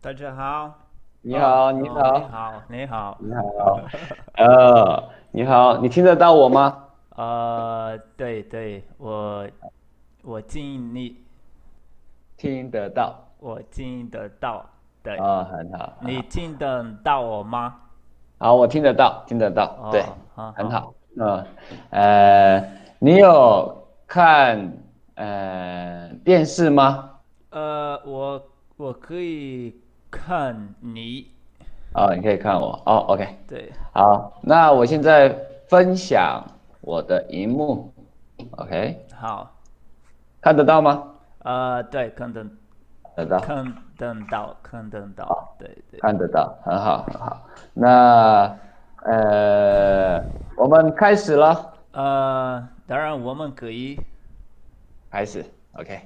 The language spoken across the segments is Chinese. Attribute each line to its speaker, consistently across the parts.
Speaker 1: 大家好，
Speaker 2: 你好，
Speaker 1: 哦，你
Speaker 2: 你好，
Speaker 1: 好，你好，
Speaker 2: 啊你好， 呃，你好，你听得到我吗？
Speaker 1: 呃，对对，我我尽力，
Speaker 2: 听得到，
Speaker 1: 我尽得到，对，
Speaker 2: 啊、很好，很
Speaker 1: 你
Speaker 2: 好，
Speaker 1: 尽得到我吗？
Speaker 2: 好，我听得到，听得到，对，
Speaker 1: 哦，好
Speaker 2: 很
Speaker 1: 好，
Speaker 2: 好，嗯、呃，你有看呃电视吗？
Speaker 1: 呃，我我可以看你，
Speaker 2: 哦，你可以看我，哦，OK，
Speaker 1: 对，
Speaker 2: 好，那我现在分享我的荧幕，OK，
Speaker 1: 好，
Speaker 2: 看得到吗？
Speaker 1: 呃，对，看得
Speaker 2: 看得到。
Speaker 1: 看得到，看得到，对对，
Speaker 2: 看得到，很好，很好。那呃，我们开始了，
Speaker 1: 呃，当然我们可以，
Speaker 2: 开始，OK，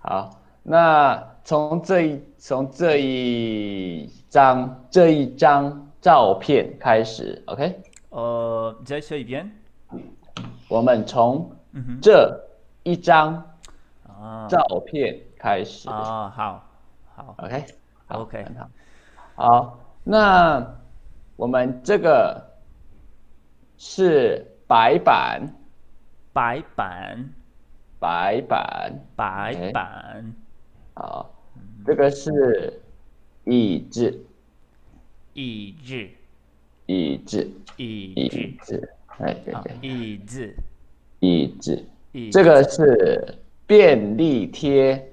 Speaker 2: 好。那从这一从这一张这一张照片开始，OK，
Speaker 1: 呃，再说一遍，
Speaker 2: 我们从
Speaker 1: 嗯哼，
Speaker 2: 这一张
Speaker 1: 啊
Speaker 2: 照片开始
Speaker 1: 啊，好，好。
Speaker 2: ，OK，好，
Speaker 1: OK，
Speaker 2: 很好，好。那我们这个是白板，
Speaker 1: 白板，
Speaker 2: 白板。
Speaker 1: 白
Speaker 2: OK，
Speaker 1: 板，
Speaker 2: 哎好，这个是椅子，
Speaker 1: 椅子，
Speaker 2: 椅子，
Speaker 1: 椅
Speaker 2: 椅
Speaker 1: 子，
Speaker 2: 子，哎，对
Speaker 1: 啊，
Speaker 2: 对，
Speaker 1: 椅子，
Speaker 2: 椅子，
Speaker 1: 椅
Speaker 2: 这
Speaker 1: 子，
Speaker 2: 个是便利贴，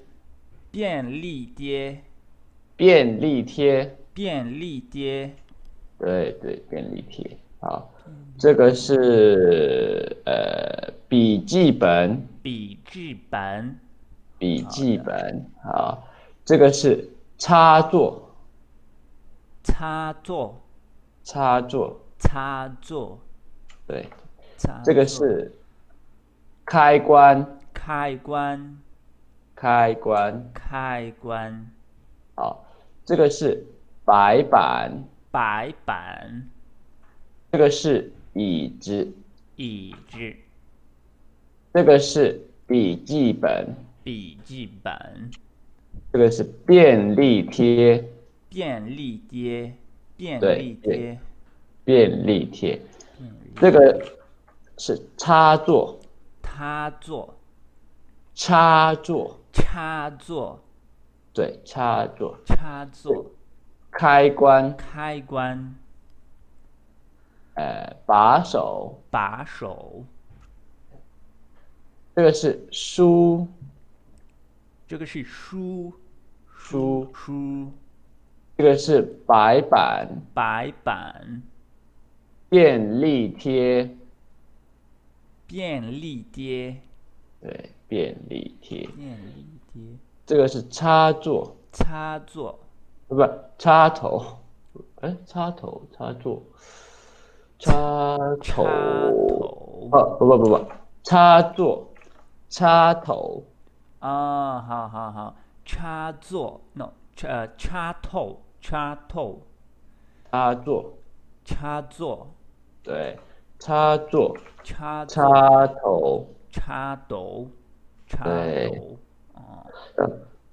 Speaker 1: 便利贴，
Speaker 2: 便利贴，
Speaker 1: 便利贴，
Speaker 2: 对对，便利贴。好，这个是呃笔记本，
Speaker 1: 笔记本，
Speaker 2: 笔记本。好，这个是插座，
Speaker 1: 插座，
Speaker 2: 插座，
Speaker 1: 插座，
Speaker 2: 对，
Speaker 1: 插
Speaker 2: 这个
Speaker 1: 座，
Speaker 2: 是开关，
Speaker 1: 开关，
Speaker 2: 开关。
Speaker 1: 开关，
Speaker 2: 好，这个是白板，
Speaker 1: 白板，
Speaker 2: 这个是椅子，
Speaker 1: 椅子，
Speaker 2: 这个是笔记本，
Speaker 1: 笔记本，
Speaker 2: 这个是便利贴，
Speaker 1: 便利贴，便
Speaker 2: 对
Speaker 1: 利
Speaker 2: 对
Speaker 1: 贴，
Speaker 2: 便利贴，
Speaker 1: 便利
Speaker 2: 这个是插座，
Speaker 1: 插座，
Speaker 2: 插座，
Speaker 1: 插座，
Speaker 2: 对，插座，
Speaker 1: 插座，
Speaker 2: 开关，
Speaker 1: 开关。
Speaker 2: 呃，把手，
Speaker 1: 把手，
Speaker 2: 这个是书，
Speaker 1: 这个是书，书
Speaker 2: 书，
Speaker 1: 书，
Speaker 2: 这个是白板，
Speaker 1: 白板，
Speaker 2: 便利贴，
Speaker 1: 便利贴，
Speaker 2: 对，便利贴，
Speaker 1: 便利贴，
Speaker 2: 这个是插座。
Speaker 1: 插座，
Speaker 2: 不，插头，哎，插头，插座，插头，
Speaker 1: 插头。
Speaker 2: 哦，不不不不，插座，插头，
Speaker 1: 啊，好好好，插座，no，插呃插头，插头，
Speaker 2: 插座，
Speaker 1: 插座，
Speaker 2: 对，插座，
Speaker 1: 插座，
Speaker 2: 插头，
Speaker 1: 插头，插
Speaker 2: 对
Speaker 1: 头，哦，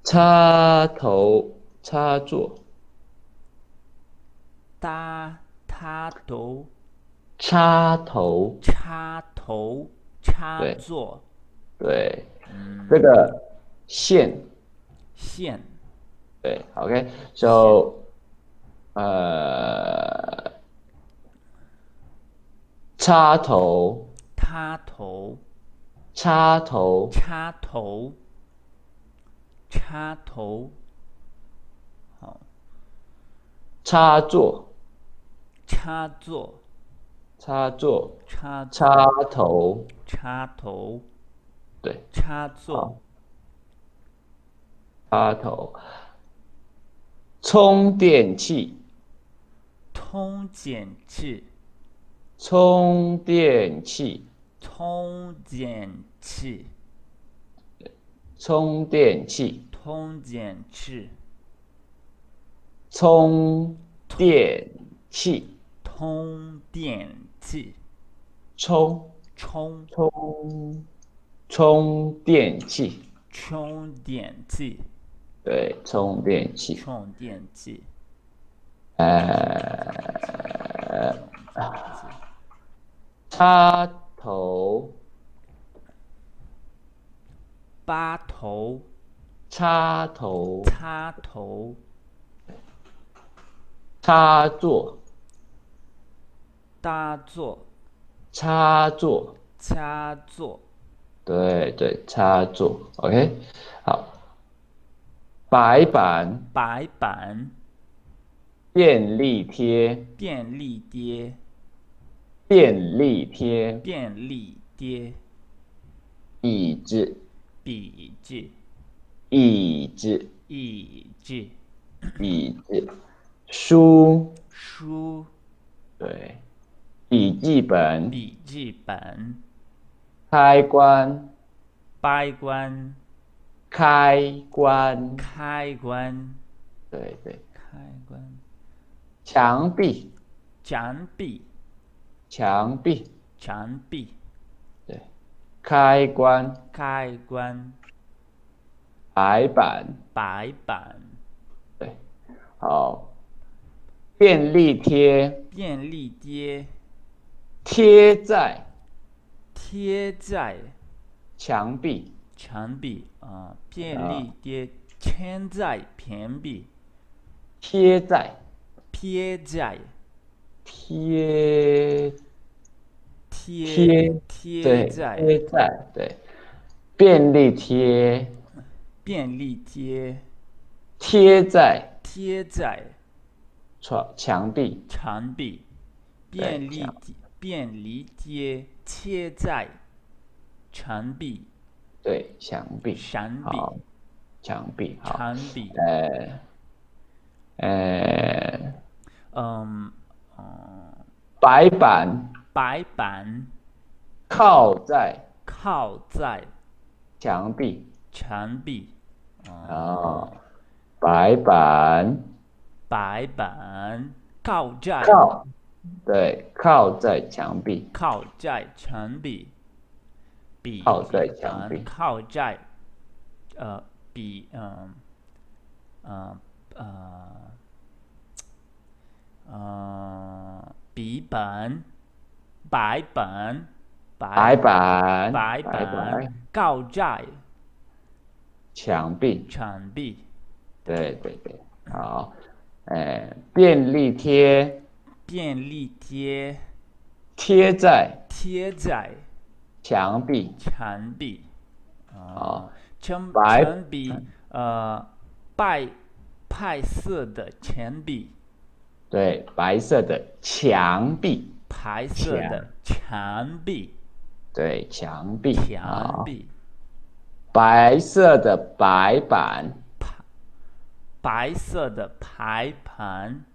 Speaker 2: 插头，插座，
Speaker 1: 搭插头，
Speaker 2: 插头，
Speaker 1: 插头，插
Speaker 2: 对
Speaker 1: 座，
Speaker 2: 对，
Speaker 1: 嗯，
Speaker 2: 这个线，
Speaker 1: 线，
Speaker 2: 对，OK，so，呃，插头，
Speaker 1: 插头。
Speaker 2: 插头。
Speaker 1: 插头，插头，好，
Speaker 2: 插座、
Speaker 1: 插座，
Speaker 2: 插座、
Speaker 1: 插
Speaker 2: 插
Speaker 1: 座，
Speaker 2: 头，
Speaker 1: 插头，
Speaker 2: 对，
Speaker 1: 插座
Speaker 2: 好，插头，充电器，
Speaker 1: 通检器，
Speaker 2: 充电器，
Speaker 1: 通检器，
Speaker 2: 充电器，
Speaker 1: 通检器，
Speaker 2: 充电器，
Speaker 1: 通电器，
Speaker 2: 充
Speaker 1: 充
Speaker 2: 充充电器，
Speaker 1: 充电器，
Speaker 2: 对，充电器。
Speaker 1: 充电器，
Speaker 2: 呃，
Speaker 1: 充电器，
Speaker 2: 插头，
Speaker 1: 八头，
Speaker 2: 插头，
Speaker 1: 插头，
Speaker 2: 插座，
Speaker 1: 搭座，
Speaker 2: 插座。
Speaker 1: 插座，
Speaker 2: 对对，插座。OK，好。白板、
Speaker 1: 白板，
Speaker 2: 便利贴、
Speaker 1: 便利贴，
Speaker 2: 便利贴、
Speaker 1: 便利贴，
Speaker 2: 椅子、
Speaker 1: 笔记，
Speaker 2: 椅子、
Speaker 1: 椅子，
Speaker 2: 椅子、书，
Speaker 1: 书，
Speaker 2: 对，笔记本、
Speaker 1: 笔记本，
Speaker 2: 开关、
Speaker 1: 开关，
Speaker 2: 开关，
Speaker 1: 开关，
Speaker 2: 对对，
Speaker 1: 开关，
Speaker 2: 墙壁、
Speaker 1: 墙壁，
Speaker 2: 墙壁，
Speaker 1: 墙壁，
Speaker 2: 对，开关、
Speaker 1: 开关，
Speaker 2: 白板，
Speaker 1: 白板，
Speaker 2: 对，好，便利贴
Speaker 1: 便利贴，
Speaker 2: 贴在
Speaker 1: 贴在
Speaker 2: 墙壁，
Speaker 1: 墙壁啊，便
Speaker 2: 啊
Speaker 1: 利贴嵌在墙壁，
Speaker 2: 贴在
Speaker 1: 贴在。
Speaker 2: 贴
Speaker 1: 贴
Speaker 2: 对
Speaker 1: 贴在
Speaker 2: 贴在对，便利贴
Speaker 1: 便利贴
Speaker 2: 贴在
Speaker 1: 贴在
Speaker 2: 床墙壁，
Speaker 1: 墙壁，
Speaker 2: 对
Speaker 1: 便利
Speaker 2: 墙
Speaker 1: 贴便利贴贴在墙壁
Speaker 2: 对墙壁，
Speaker 1: 墙壁
Speaker 2: 好，墙壁好。
Speaker 1: 墙壁，
Speaker 2: 呃，呃，
Speaker 1: 嗯嗯，
Speaker 2: 白板
Speaker 1: 白板
Speaker 2: 靠在
Speaker 1: 靠在
Speaker 2: 墙壁
Speaker 1: 墙壁，
Speaker 2: 啊、白板
Speaker 1: 白板靠在
Speaker 2: 靠，对，靠在墙壁，
Speaker 1: 靠在墙壁，笔
Speaker 2: 靠
Speaker 1: 记
Speaker 2: 在墙
Speaker 1: 本
Speaker 2: 壁
Speaker 1: 靠在，呃，笔，嗯、呃，呃，呃，笔本，白本，白
Speaker 2: 白板
Speaker 1: 白
Speaker 2: 板
Speaker 1: 板靠在
Speaker 2: 墙壁，
Speaker 1: 墙壁，
Speaker 2: 对对对，好，呃，便利贴
Speaker 1: 便利贴
Speaker 2: 贴在
Speaker 1: 贴在
Speaker 2: 墙壁，哦
Speaker 1: 墙壁，啊
Speaker 2: 好，
Speaker 1: 墙
Speaker 2: 白
Speaker 1: 墙壁，呃，白白色的墙壁。
Speaker 2: 对，白色的墙壁，
Speaker 1: 白色的墙壁，
Speaker 2: 对，墙壁，
Speaker 1: 墙
Speaker 2: 好
Speaker 1: 壁，
Speaker 2: 白色的白板，
Speaker 1: 白色的排盘，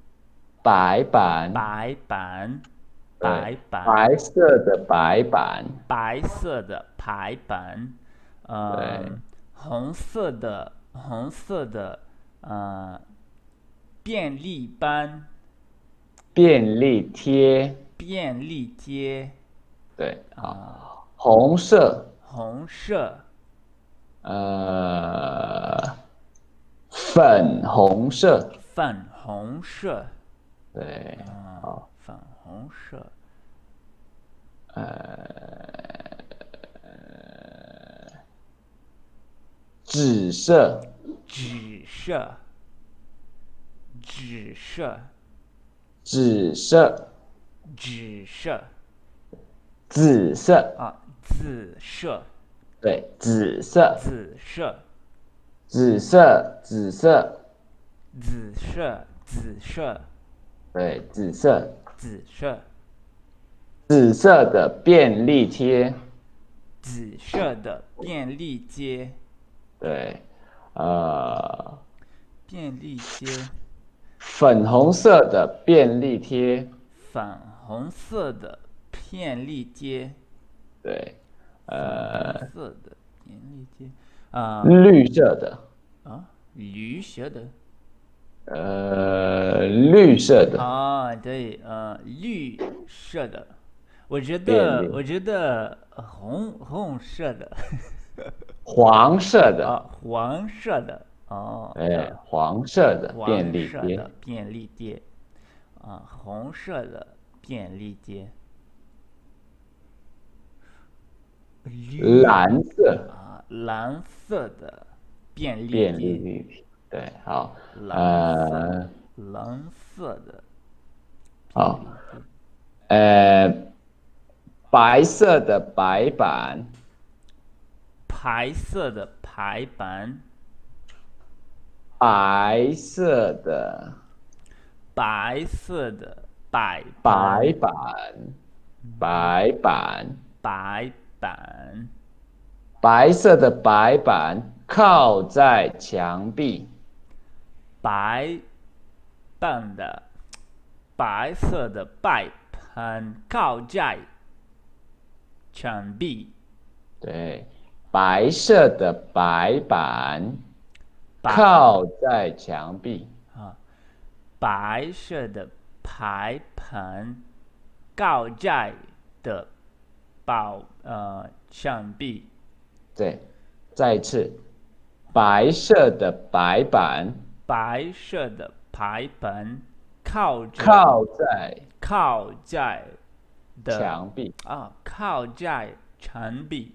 Speaker 2: 白板，
Speaker 1: 白板，
Speaker 2: 对
Speaker 1: 白板，
Speaker 2: 白色的白板，
Speaker 1: 白色的排板，呃
Speaker 2: 对，
Speaker 1: 红色的红色的呃便利班，
Speaker 2: 便利贴，
Speaker 1: 便利贴，
Speaker 2: 对，
Speaker 1: 啊
Speaker 2: 好，红色，
Speaker 1: 红色，
Speaker 2: 呃，粉红色，
Speaker 1: 粉红色，嗯
Speaker 2: 对，好，
Speaker 1: 粉红色，
Speaker 2: 紫色，
Speaker 1: 紫色，紫色，
Speaker 2: 紫色，
Speaker 1: 紫色。
Speaker 2: 紫色，
Speaker 1: 啊，紫色，
Speaker 2: 对，紫色，
Speaker 1: 紫色，
Speaker 2: 紫色，紫色，
Speaker 1: 紫色，紫色，
Speaker 2: 对，紫色，
Speaker 1: 紫色，
Speaker 2: 紫色的便利贴，
Speaker 1: 紫色的便利贴，
Speaker 2: 对，呃。
Speaker 1: 便利贴，
Speaker 2: 粉红色的便利贴，
Speaker 1: 粉红色的便利贴，
Speaker 2: 对，
Speaker 1: 粉
Speaker 2: 呃，
Speaker 1: 红色的便利贴，啊
Speaker 2: 绿色的，
Speaker 1: 啊，绿色的，
Speaker 2: 呃，绿色的，
Speaker 1: 啊，对，呃，绿色的，我觉
Speaker 2: 便
Speaker 1: 得
Speaker 2: 利，
Speaker 1: 我觉得呃红红色的，
Speaker 2: 黄色的，
Speaker 1: 啊，黄色的，啊、哦，
Speaker 2: 哎，黄色的
Speaker 1: 黄
Speaker 2: 便利
Speaker 1: 色
Speaker 2: 贴
Speaker 1: 的，便利店，啊，红色的便利街，
Speaker 2: 呃
Speaker 1: 绿
Speaker 2: 蓝色
Speaker 1: 啊，蓝色的便利
Speaker 2: 便
Speaker 1: 街，
Speaker 2: 利贴，对，好，
Speaker 1: 蓝色
Speaker 2: 呃，
Speaker 1: 蓝色的
Speaker 2: 好，呃，白色的白板，
Speaker 1: 白色的排版，
Speaker 2: 白色的
Speaker 1: 白色的白板，
Speaker 2: 白板，白板，
Speaker 1: 白板，
Speaker 2: 白色的白板靠在墙壁，
Speaker 1: 白板的白色的白板靠在墙壁，
Speaker 2: 对，白色的白板
Speaker 1: 白
Speaker 2: 靠在墙壁，
Speaker 1: 白色的排盘靠在的宝呃墙壁，
Speaker 2: 对，再一次，白色的白板
Speaker 1: 白色的排盘靠着
Speaker 2: 靠在
Speaker 1: 靠在的
Speaker 2: 墙壁，
Speaker 1: 啊靠在墙壁，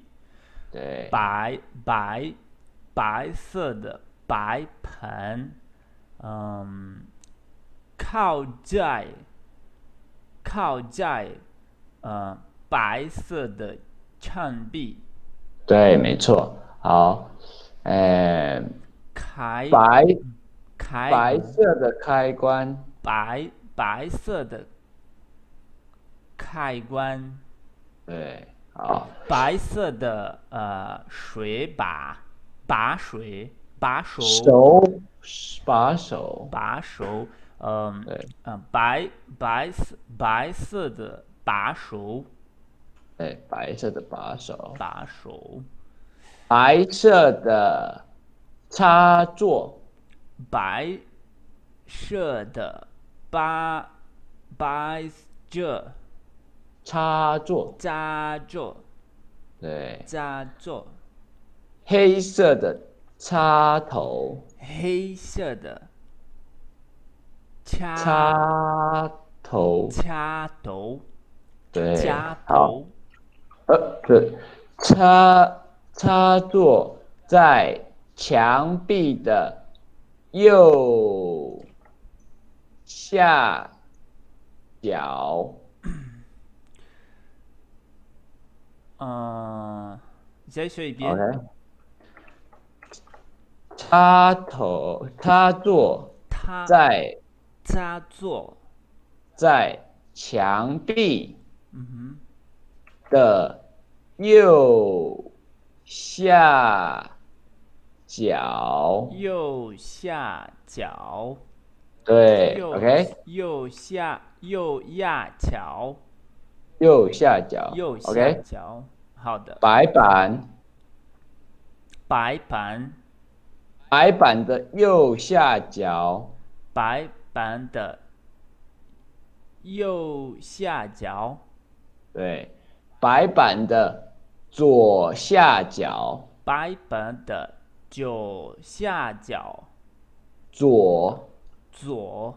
Speaker 2: 对，
Speaker 1: 白白白色的白盘，嗯，靠在靠在呃白色的墙壁，
Speaker 2: 对，没错，好，呃，
Speaker 1: 开
Speaker 2: 白
Speaker 1: 开
Speaker 2: 白色的开关，
Speaker 1: 白白色的开关，
Speaker 2: 对，好，
Speaker 1: 白色的呃水把把水把手
Speaker 2: 手把手，
Speaker 1: 把手，嗯
Speaker 2: 对，
Speaker 1: 嗯，白白色白色的把手，
Speaker 2: 对，白色的把手，
Speaker 1: 把手，
Speaker 2: 白色的插座，
Speaker 1: 白色的把白这
Speaker 2: 插座，
Speaker 1: 加座
Speaker 2: 对，
Speaker 1: 加座，
Speaker 2: 黑色的插头，
Speaker 1: 黑色的掐
Speaker 2: 插头，
Speaker 1: 掐头
Speaker 2: 对，
Speaker 1: 夹
Speaker 2: 好。
Speaker 1: 头
Speaker 2: 呃，对，插插座在墙壁的右下角，
Speaker 1: 嗯，再说一遍
Speaker 2: OK，插头插座
Speaker 1: 他
Speaker 2: 在
Speaker 1: 加座，
Speaker 2: 在墙壁
Speaker 1: 嗯
Speaker 2: 的右下角
Speaker 1: 哼，，右下角。
Speaker 2: 对
Speaker 1: 右
Speaker 2: ，OK，
Speaker 1: 右下右下角，
Speaker 2: 右下角
Speaker 1: 右下
Speaker 2: ，OK，
Speaker 1: 角。好的，
Speaker 2: 白板，
Speaker 1: 白板
Speaker 2: 白板的右下角，
Speaker 1: 白板的右下角，
Speaker 2: 对，白板的左下角，
Speaker 1: 白板的左下角，
Speaker 2: 左
Speaker 1: 左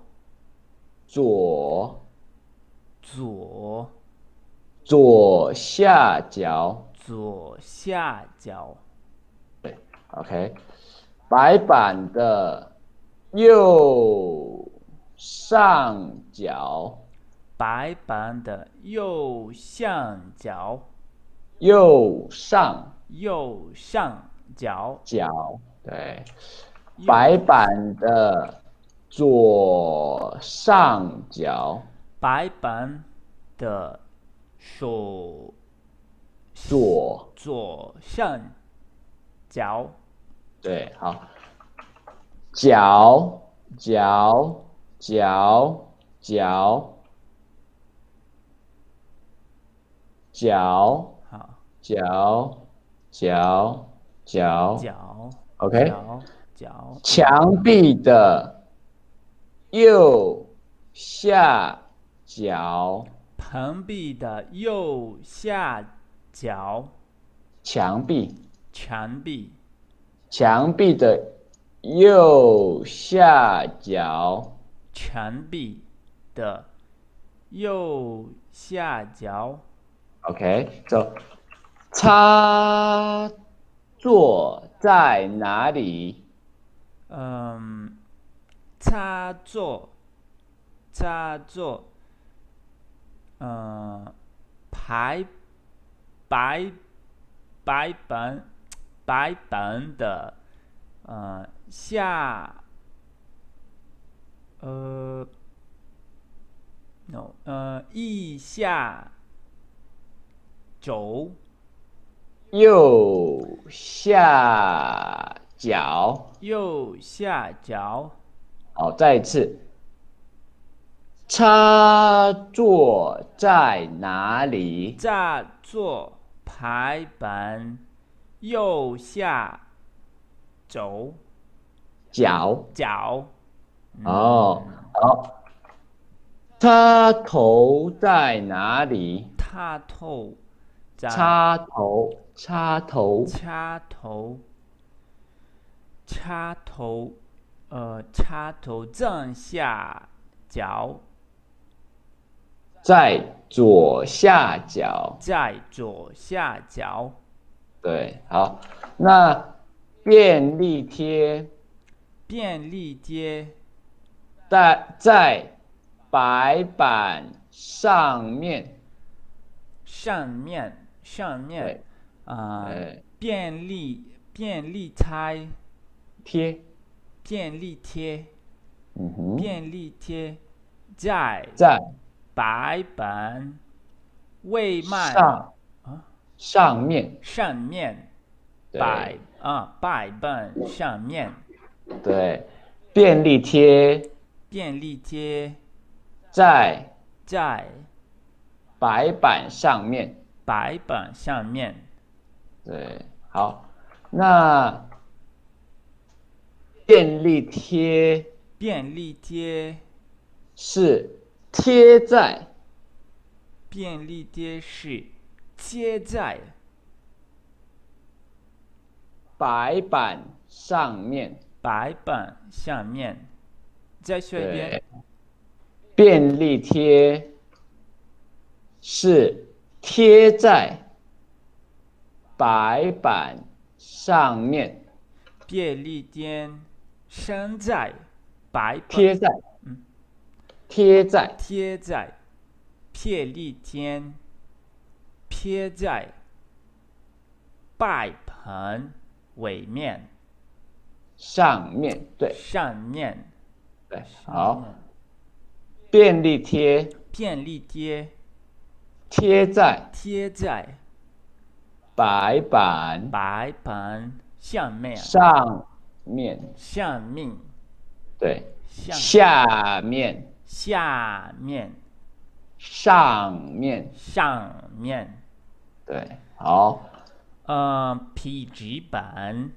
Speaker 2: 左
Speaker 1: 左
Speaker 2: 左下角
Speaker 1: 左下角，
Speaker 2: ，OK，白板的右上角，
Speaker 1: 白板的右上角，
Speaker 2: 右上
Speaker 1: 右上角，
Speaker 2: 角，对。
Speaker 1: 右
Speaker 2: 白板的左上角，
Speaker 1: 白板的手
Speaker 2: 左，
Speaker 1: 左上角
Speaker 2: 对，好，角，角，角，角，角，
Speaker 1: 好
Speaker 2: 角，角，角
Speaker 1: 角
Speaker 2: ，OK，
Speaker 1: 角角
Speaker 2: 墙壁的右下角，
Speaker 1: 旁边的右下角
Speaker 2: 墙壁。
Speaker 1: 墙壁
Speaker 2: 墙壁的右下角
Speaker 1: 墙壁的右下角
Speaker 2: ，OK，走。插座在哪里？
Speaker 1: 嗯，插座，插座，嗯，排白白板白板的，呃，下，呃，no，呃，一下轴，
Speaker 2: 右下角。
Speaker 1: 右下角，
Speaker 2: 好，再一次。插座在哪里？
Speaker 1: 插座排版右下轴
Speaker 2: 角。
Speaker 1: 角，嗯
Speaker 2: 哦，好。插头在哪里？
Speaker 1: 踏透，在
Speaker 2: 插头，插头，
Speaker 1: 插头，呃插头，呃，插头正下角
Speaker 2: 在左下角。
Speaker 1: 在左下角，
Speaker 2: 对，好。那便利贴
Speaker 1: 便利贴
Speaker 2: 在在白板上面。
Speaker 1: 上面上面
Speaker 2: 对，
Speaker 1: 啊、
Speaker 2: 哎
Speaker 1: 便利便利拆
Speaker 2: 贴，
Speaker 1: 便利贴
Speaker 2: 嗯哼，
Speaker 1: 便利贴在
Speaker 2: 在
Speaker 1: 白板未卖啊
Speaker 2: 上上面
Speaker 1: 上面
Speaker 2: 对
Speaker 1: 摆啊摆板上面
Speaker 2: 对，便利贴
Speaker 1: 便利贴
Speaker 2: 在
Speaker 1: 在
Speaker 2: 白板上面。
Speaker 1: 白板上面
Speaker 2: 对，好，那便利贴
Speaker 1: 便利贴
Speaker 2: 是贴在
Speaker 1: 便利贴是贴在
Speaker 2: 白板上面。
Speaker 1: 白板上面，再说一遍
Speaker 2: 对，便利贴是贴在白板上面。
Speaker 1: 便利贴生在白板
Speaker 2: 贴在，
Speaker 1: 嗯
Speaker 2: 贴在
Speaker 1: 贴在便利贴贴在白盘尾面
Speaker 2: 上面，对
Speaker 1: 上面。
Speaker 2: 对，
Speaker 1: 上
Speaker 2: 好，
Speaker 1: 面
Speaker 2: 便利贴
Speaker 1: 便利贴
Speaker 2: 贴在
Speaker 1: 贴在
Speaker 2: 白板
Speaker 1: 白盘上面
Speaker 2: 上面，
Speaker 1: 上面
Speaker 2: 对，
Speaker 1: 上
Speaker 2: 下面
Speaker 1: 下面
Speaker 2: 上面，
Speaker 1: 上面。
Speaker 2: 对，好，
Speaker 1: 呃，笔记板，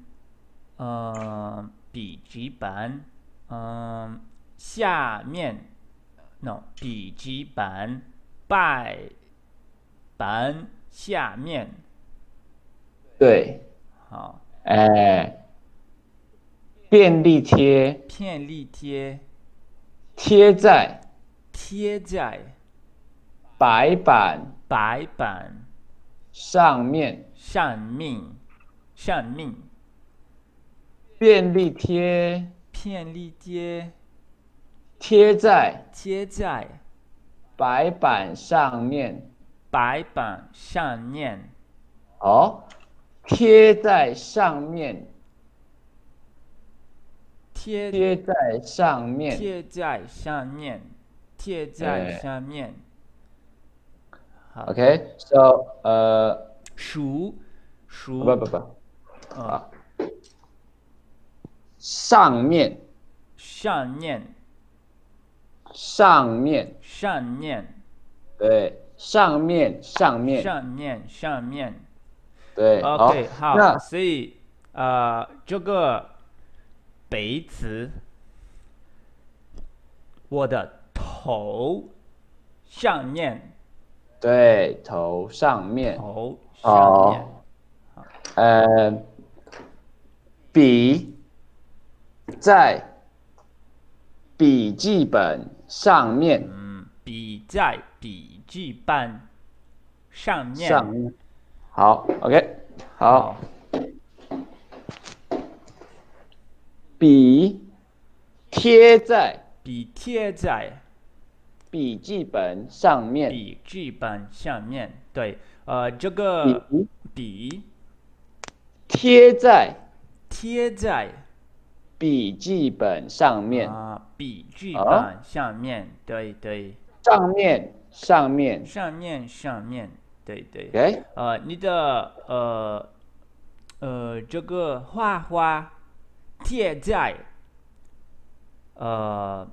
Speaker 1: 呃，笔记板，嗯、下面，no，笔记板，白板下面，
Speaker 2: 对，
Speaker 1: 好，
Speaker 2: 哎，便利贴
Speaker 1: 便利贴
Speaker 2: 贴在
Speaker 1: 贴在
Speaker 2: 白板
Speaker 1: 白板
Speaker 2: 上面，
Speaker 1: 上面，上面，
Speaker 2: 便利贴
Speaker 1: 便利贴
Speaker 2: 贴在
Speaker 1: 贴在
Speaker 2: 白板上面。
Speaker 1: 白板上面，
Speaker 2: 哦，贴在上面，
Speaker 1: 贴
Speaker 2: 贴在上面，
Speaker 1: 贴在上面，贴在
Speaker 2: 哎
Speaker 1: 上面。好
Speaker 2: OK，so 呃，
Speaker 1: 数数
Speaker 2: 不不不，
Speaker 1: 呃
Speaker 2: 上面
Speaker 1: 上面
Speaker 2: 上面，
Speaker 1: 上面
Speaker 2: 对，上面上面，
Speaker 1: 上面上面。
Speaker 2: 对，好
Speaker 1: OK，，好，
Speaker 2: 那
Speaker 1: 所以呃，这个北词，我的头上面，
Speaker 2: 对头上面，
Speaker 1: 头上面，
Speaker 2: 哦，呃，笔在笔记本上面
Speaker 1: 笔嗯在笔记本上面。
Speaker 2: 上面。好，OK，好，笔贴在
Speaker 1: 笔贴在
Speaker 2: 笔记本上面。
Speaker 1: 笔记本上面。对，呃，这个
Speaker 2: 笔
Speaker 1: 笔
Speaker 2: 贴在
Speaker 1: 贴在
Speaker 2: 笔记本上面，
Speaker 1: 啊笔记
Speaker 2: 啊
Speaker 1: 本上面。对对，
Speaker 2: 上面，上面。
Speaker 1: 上面上面。对对。
Speaker 2: OK，
Speaker 1: 呃，你的呃呃这个画花贴在呃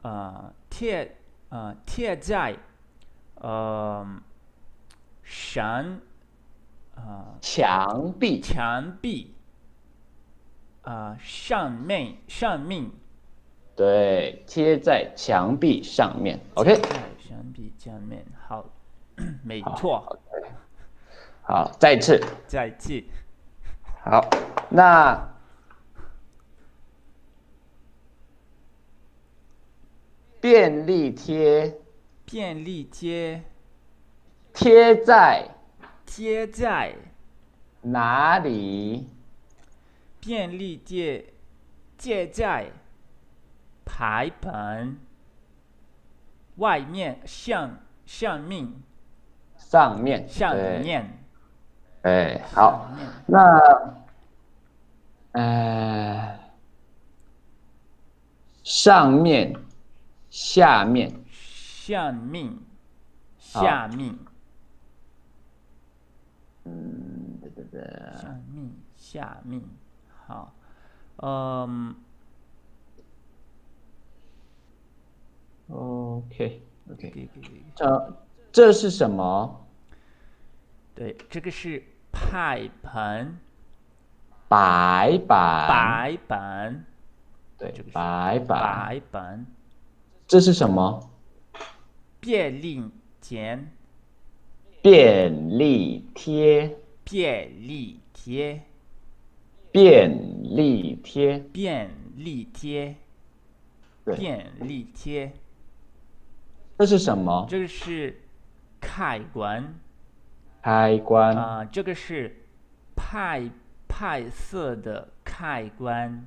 Speaker 1: 呃贴呃贴在呃墙呃
Speaker 2: 墙壁，
Speaker 1: 墙壁呃上面上面
Speaker 2: 对，贴在墙壁上面。OK，
Speaker 1: 在哎墙壁上面好， 没错，
Speaker 2: 好，再一次。
Speaker 1: 再见。
Speaker 2: 好，那便利贴
Speaker 1: 便利贴
Speaker 2: 贴在
Speaker 1: 贴在。
Speaker 2: 哪里？
Speaker 1: 便利店借在牌本外面上上面
Speaker 2: 上面，
Speaker 1: 上
Speaker 2: 对，
Speaker 1: 面
Speaker 2: 哎，好，
Speaker 1: 上面
Speaker 2: 那呃，上面，下面，
Speaker 1: 上
Speaker 2: 啊
Speaker 1: 面
Speaker 2: 好
Speaker 1: 下面
Speaker 2: 嗯，对对对，
Speaker 1: 上面下面好，嗯
Speaker 2: OK OK，
Speaker 1: 给给给
Speaker 2: 这这是什么？
Speaker 1: 对，这个是派本
Speaker 2: 白板，
Speaker 1: 白本
Speaker 2: 对
Speaker 1: 这个，是
Speaker 2: 白板，
Speaker 1: 白本
Speaker 2: 这是什么？
Speaker 1: 便利店
Speaker 2: 便利贴，
Speaker 1: 便利贴
Speaker 2: 便利贴，
Speaker 1: 便利贴
Speaker 2: 对
Speaker 1: 便利贴。
Speaker 2: 这是什么？
Speaker 1: 这个是开关
Speaker 2: 开关，
Speaker 1: 啊、这个是派派色的开关，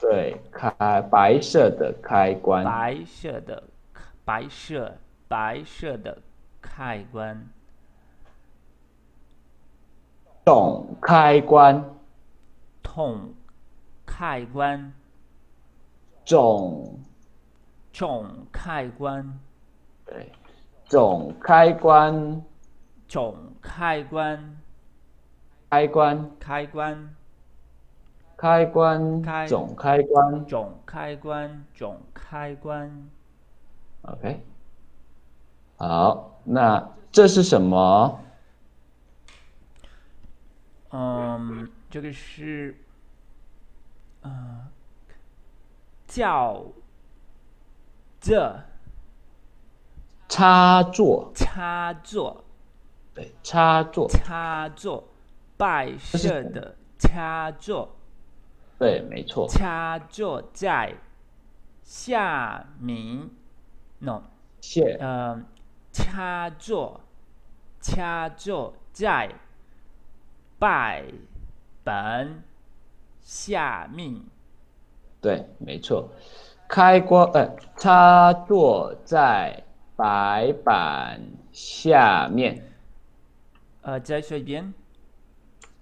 Speaker 2: 对，开白色的开关，
Speaker 1: 白色的白色白色的开关，
Speaker 2: 总开关，
Speaker 1: 统开关，
Speaker 2: 总，
Speaker 1: 总开关，
Speaker 2: 对，总开关，
Speaker 1: 总开关，
Speaker 2: 开关，
Speaker 1: 开关，
Speaker 2: 开关，
Speaker 1: 开
Speaker 2: 总开关
Speaker 1: 总开关，总开关。
Speaker 2: ，OK。好，那这是什么？
Speaker 1: 嗯，这个是，呃，叫这
Speaker 2: 插座，
Speaker 1: 插座，
Speaker 2: 对，插座，
Speaker 1: 插座，白
Speaker 2: 是
Speaker 1: 色的插座，
Speaker 2: 对，没错。
Speaker 1: 插座在下面，no，
Speaker 2: 线
Speaker 1: 呃，插座，插座在白板下面。
Speaker 2: 对，没错，开关呃，插座在白板下面，
Speaker 1: 呃，再说一遍。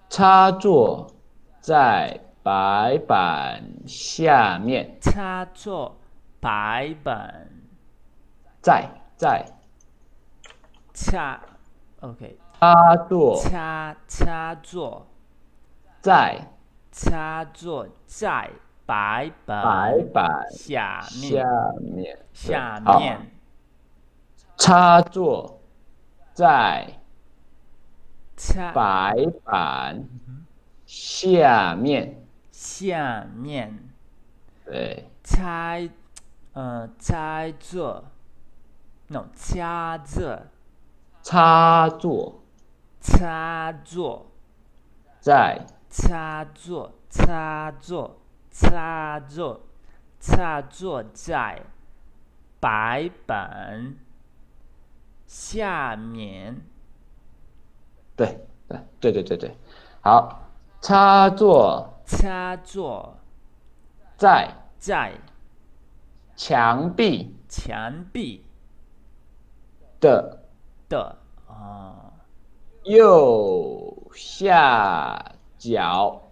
Speaker 2: 插座在白板下面，
Speaker 1: 插座白板
Speaker 2: 在在
Speaker 1: 插，OK，
Speaker 2: 插座
Speaker 1: 插插座
Speaker 2: 在
Speaker 1: 插座在白
Speaker 2: 白
Speaker 1: 板
Speaker 2: 板
Speaker 1: 下
Speaker 2: 下
Speaker 1: 面
Speaker 2: 面，对
Speaker 1: 下
Speaker 2: 好
Speaker 1: 面
Speaker 2: 插座在
Speaker 1: 插
Speaker 2: 白板下面，
Speaker 1: 下面
Speaker 2: 对，
Speaker 1: 插呃插座，no 插座
Speaker 2: 插座
Speaker 1: 插座
Speaker 2: 在
Speaker 1: 插座插座插座，插座在白板下面。
Speaker 2: 对对对对对对，好，插座
Speaker 1: 插座
Speaker 2: 在
Speaker 1: 在
Speaker 2: 墙壁
Speaker 1: 墙壁
Speaker 2: 的
Speaker 1: 的啊
Speaker 2: 右下角。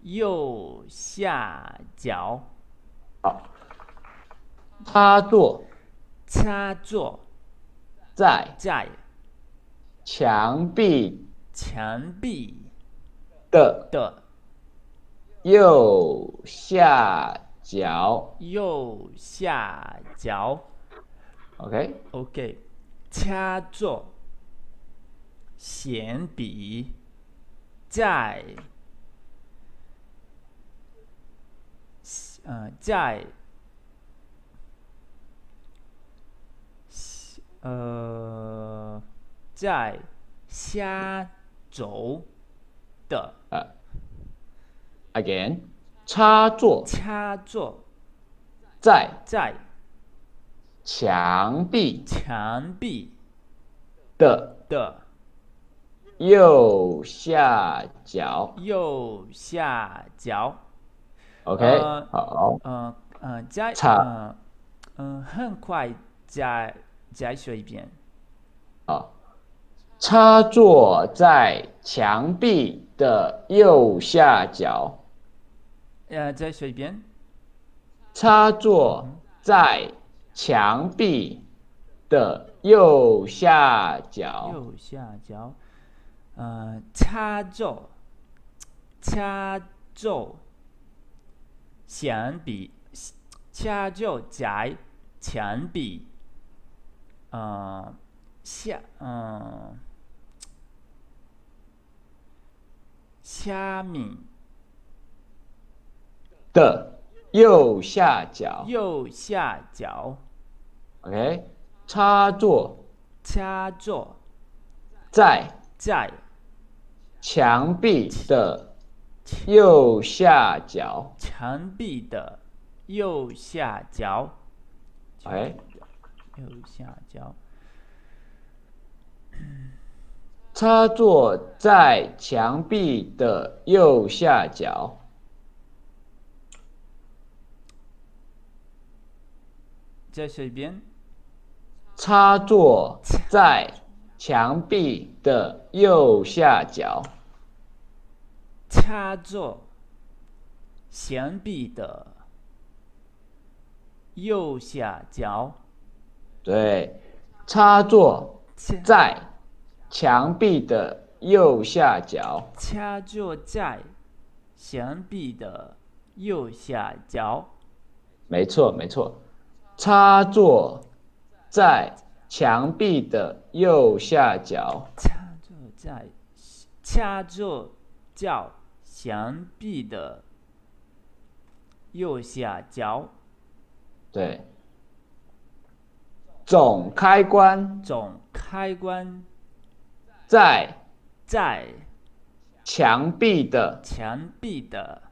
Speaker 1: 右下角。
Speaker 2: 插座
Speaker 1: 插座
Speaker 2: 在
Speaker 1: 在
Speaker 2: 墙壁
Speaker 1: 墙壁
Speaker 2: 的
Speaker 1: 的
Speaker 2: 右下角。
Speaker 1: 右下角。
Speaker 2: OK，
Speaker 1: OK，插座铅笔在呃在呃在下轴的
Speaker 2: 呃、a g a i n 插座
Speaker 1: 插座
Speaker 2: 在
Speaker 1: 在
Speaker 2: 墙壁
Speaker 1: 墙壁
Speaker 2: 的
Speaker 1: 的
Speaker 2: 右下角。
Speaker 1: 右下角。
Speaker 2: OK，、
Speaker 1: 呃
Speaker 2: 好，
Speaker 1: 呃呃，再
Speaker 2: 差
Speaker 1: 呃嗯、很快再再说一遍。
Speaker 2: 好，插座在墙壁的右下角。
Speaker 1: 呃，再说一遍。
Speaker 2: 插座在墙壁的右下角。
Speaker 1: 右下角，呃，插座，插座，墙壁，插座在墙壁，呃，下，嗯、下面
Speaker 2: 的右下角。
Speaker 1: 右下角
Speaker 2: OK，插座
Speaker 1: 插座
Speaker 2: 在
Speaker 1: 在
Speaker 2: 墙壁的右下角。
Speaker 1: 墙壁的右下角，
Speaker 2: OK，
Speaker 1: 右下角
Speaker 2: 插座在墙壁的右下角。
Speaker 1: 在水边，
Speaker 2: 插座在墙壁的右下角。
Speaker 1: 插座墙壁的右下角，
Speaker 2: 对，插座
Speaker 1: 插
Speaker 2: 在墙壁的右下角。
Speaker 1: 插座在墙壁的右下角，
Speaker 2: 没错，没错，插座在墙壁的右下角。
Speaker 1: 插座在插座叫墙壁的右下角。
Speaker 2: 对，总开关
Speaker 1: 总开关
Speaker 2: 在
Speaker 1: 在
Speaker 2: 墙壁的
Speaker 1: 墙壁的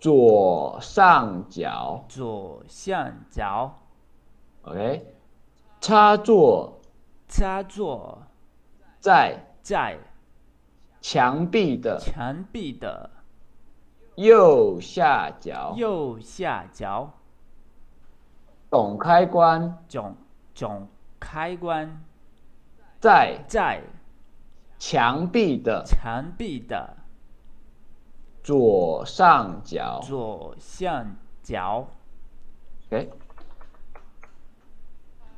Speaker 2: 左上角。
Speaker 1: 左下角，
Speaker 2: OK，插座
Speaker 1: 插座
Speaker 2: 在
Speaker 1: 在
Speaker 2: 墙壁的
Speaker 1: 墙壁的
Speaker 2: 右下角。
Speaker 1: 右下角。
Speaker 2: 总开关
Speaker 1: 总总开关
Speaker 2: 在
Speaker 1: 在
Speaker 2: 墙壁的
Speaker 1: 墙壁的
Speaker 2: 左上角。
Speaker 1: 左下角。
Speaker 2: OK，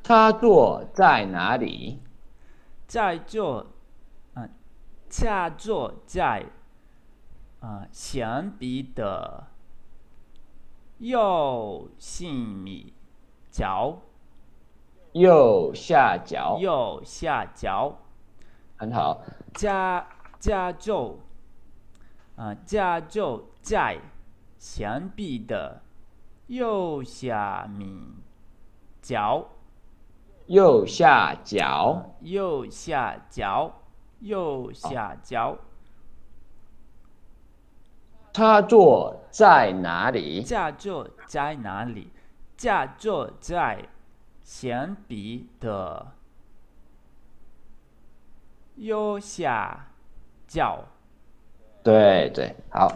Speaker 2: 插座在哪里？
Speaker 1: 在座，嗯、下座在，啊、墙壁的右细米角
Speaker 2: 右下角。
Speaker 1: 右下角
Speaker 2: 很好，
Speaker 1: 加加座，啊、加座在墙壁的右下米角
Speaker 2: 右下角。
Speaker 1: 右下角右下角
Speaker 2: 插座在哪里？
Speaker 1: 驾座在哪里？驾座在铅笔的右下角。
Speaker 2: 对对，好。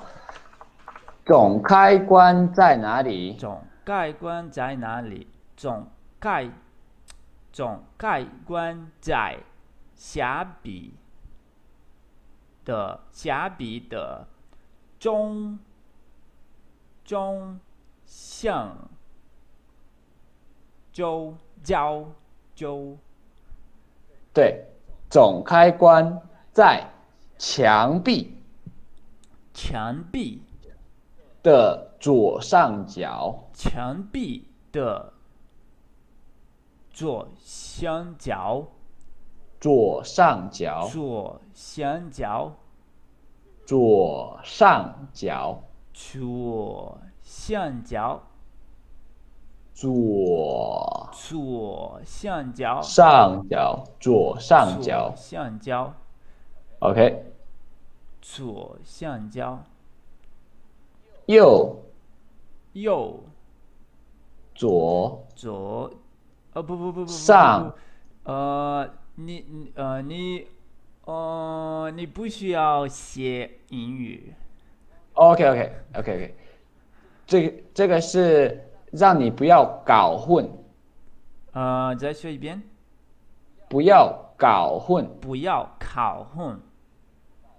Speaker 2: 总开关在哪里？
Speaker 1: 总开关在哪里？总开总开关在下笔的下笔的中中向周交周
Speaker 2: 对，总开关在墙壁
Speaker 1: 墙壁
Speaker 2: 的左上角。
Speaker 1: 墙壁的左上角
Speaker 2: 左上角，
Speaker 1: 左上角
Speaker 2: 左上角，
Speaker 1: 左上角
Speaker 2: 左
Speaker 1: 左上角
Speaker 2: 上角，左上角
Speaker 1: 左。上角
Speaker 2: OK，
Speaker 1: 左上角
Speaker 2: 右
Speaker 1: 右
Speaker 2: 左
Speaker 1: 左呃不不不不不
Speaker 2: 上
Speaker 1: 不呃你你呃你呃你不需要写英语
Speaker 2: OK OK OK OK，这个这个是让你不要搞混，
Speaker 1: 呃再说一遍
Speaker 2: 不要搞混，
Speaker 1: 不要考混。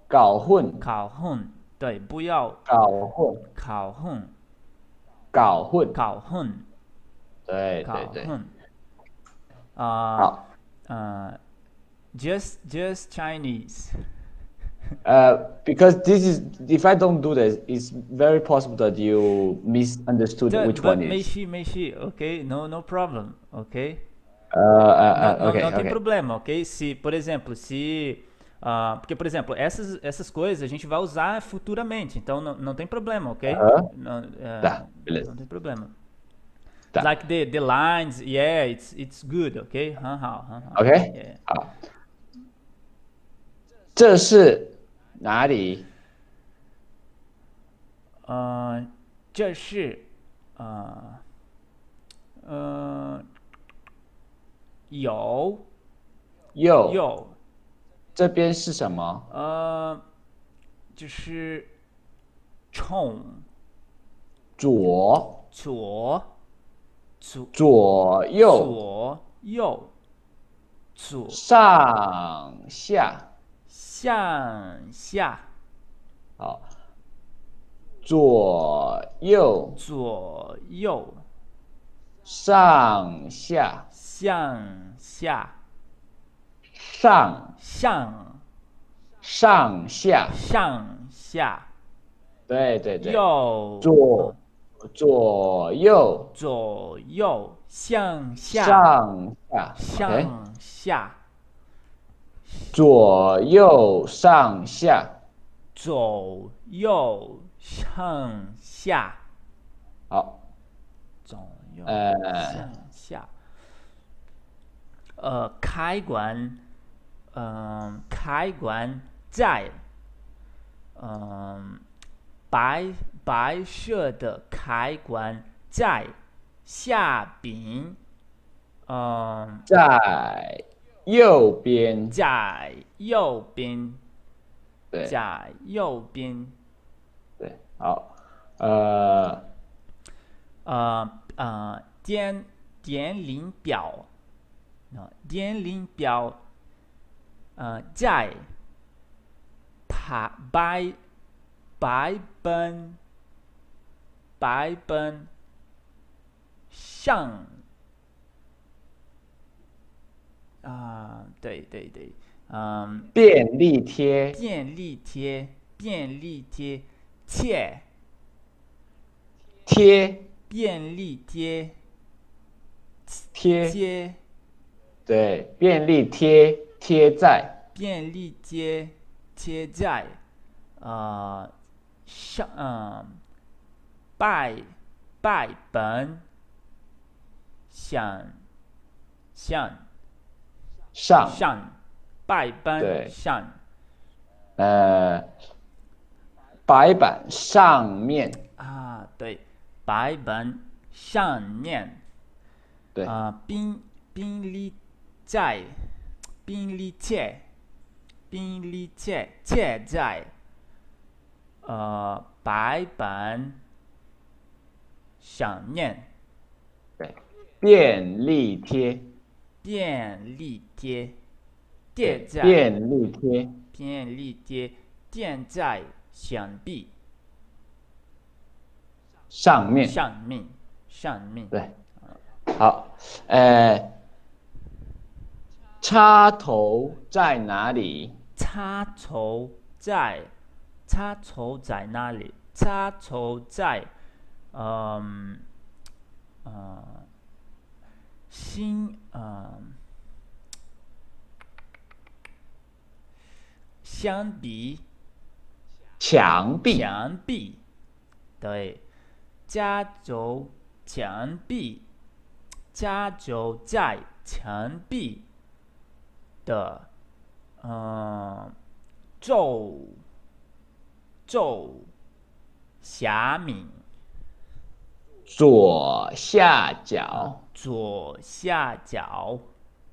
Speaker 2: 搞混，
Speaker 1: 考混，对，不要
Speaker 2: 搞混，
Speaker 1: 考混，
Speaker 2: 搞混。
Speaker 1: 考混，
Speaker 2: 对对
Speaker 1: 考
Speaker 2: 对，
Speaker 1: 混。啊，
Speaker 2: 好，
Speaker 1: 呃，just just Chinese，
Speaker 2: 呃，because this is if I don't do this, it's very possible that you misunderstood
Speaker 1: 对
Speaker 2: which
Speaker 1: but
Speaker 2: one
Speaker 1: 没
Speaker 2: is.
Speaker 1: 事没事，OK，no no problem，OK。
Speaker 2: Uh, uh, uh,
Speaker 1: não,
Speaker 2: okay,
Speaker 1: não, não tem
Speaker 2: okay.
Speaker 1: problema, ok? Se, por exemplo, se. ah, porque, por exemplo, essas, essas coisas a gente vai usar futuramente, então não, não tem problema, ok?
Speaker 2: Aham.
Speaker 1: Não, eh,
Speaker 2: Tá, beleza.
Speaker 1: não tem problema.
Speaker 2: Tá.
Speaker 1: Like the, the lines, yeah, it's, it's good, ok? Huh, how, huh, how.
Speaker 2: OK，
Speaker 1: Yeah.
Speaker 2: 好，这是哪里？
Speaker 1: 呃，这是呃呃有
Speaker 2: 右，
Speaker 1: 有
Speaker 2: 这边是什么？
Speaker 1: 呃就是冲
Speaker 2: 左，
Speaker 1: 左左
Speaker 2: 左右，
Speaker 1: 左右左
Speaker 2: 上下，
Speaker 1: 向下
Speaker 2: 好，左右，
Speaker 1: 左右
Speaker 2: 上下，
Speaker 1: 向下
Speaker 2: 上
Speaker 1: 向
Speaker 2: 上下，
Speaker 1: 向下
Speaker 2: 对对对，
Speaker 1: 右
Speaker 2: 左左右，
Speaker 1: 左右向下。
Speaker 2: 上下，OK，
Speaker 1: 向下
Speaker 2: 左右上下。
Speaker 1: 走，右向下
Speaker 2: 好，
Speaker 1: 走，右
Speaker 2: 呃，
Speaker 1: 向下。呃，开关，嗯、开关在，嗯、白白色的开关在下边，嗯、
Speaker 2: 在右边，
Speaker 1: 在右边，
Speaker 2: 对
Speaker 1: 在右边。
Speaker 2: 对，好，呃，
Speaker 1: 呃呃，电电铃表，啊，电铃表，呃，在排白白本白本上，啊、对对对，嗯、
Speaker 2: 便利贴
Speaker 1: 便利贴便利贴切
Speaker 2: 贴
Speaker 1: 便利贴
Speaker 2: 贴，
Speaker 1: 贴。
Speaker 2: 对，便利贴贴在
Speaker 1: 便利贴贴在呃上嗯拜拜本想想
Speaker 2: 上，
Speaker 1: 上拜
Speaker 2: 对
Speaker 1: 本上
Speaker 2: 呃，白板上面，
Speaker 1: 啊，对，白板上面
Speaker 2: 对，
Speaker 1: 啊，便便利在，便利借，便利借借在，呃，白板上面
Speaker 2: 便利贴，
Speaker 1: 便利贴，贴在
Speaker 2: 便利贴，
Speaker 1: 便利贴垫在墙壁
Speaker 2: 上面，
Speaker 1: 上面上面。
Speaker 2: 对，好，呃，插头在哪里？
Speaker 1: 插头在，插头在哪里？插头在，嗯，呃，新，呃，相比
Speaker 2: 墙壁，
Speaker 1: 墙壁，对，加州墙壁，加州在墙壁的，呃，皱皱下面
Speaker 2: 左下角，
Speaker 1: 左下角，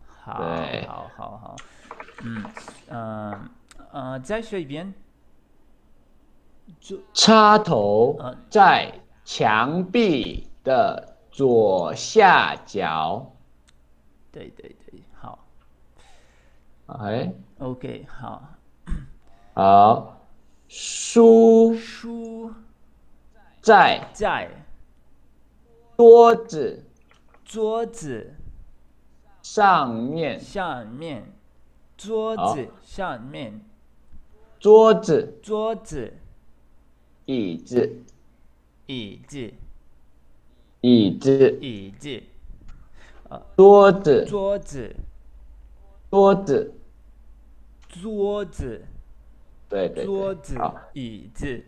Speaker 1: 好，
Speaker 2: 对
Speaker 1: 好，好，好，嗯，呃，呃，再说一遍，左
Speaker 2: 插头
Speaker 1: 呃
Speaker 2: 在墙壁的左下角。
Speaker 1: 对对对，好
Speaker 2: 哎，
Speaker 1: ，OK，好。
Speaker 2: 好，书
Speaker 1: 书
Speaker 2: 在
Speaker 1: 在
Speaker 2: 桌子
Speaker 1: 桌子
Speaker 2: 上面，
Speaker 1: 上面，桌
Speaker 2: 好
Speaker 1: 子上面，
Speaker 2: 桌子、
Speaker 1: 桌子、
Speaker 2: 椅子、
Speaker 1: 椅子、
Speaker 2: 椅子、
Speaker 1: 椅子、
Speaker 2: 桌子、
Speaker 1: 桌子、
Speaker 2: 桌子，
Speaker 1: 桌子、
Speaker 2: 对对
Speaker 1: 桌
Speaker 2: 对，
Speaker 1: 子
Speaker 2: 好，、
Speaker 1: 椅子、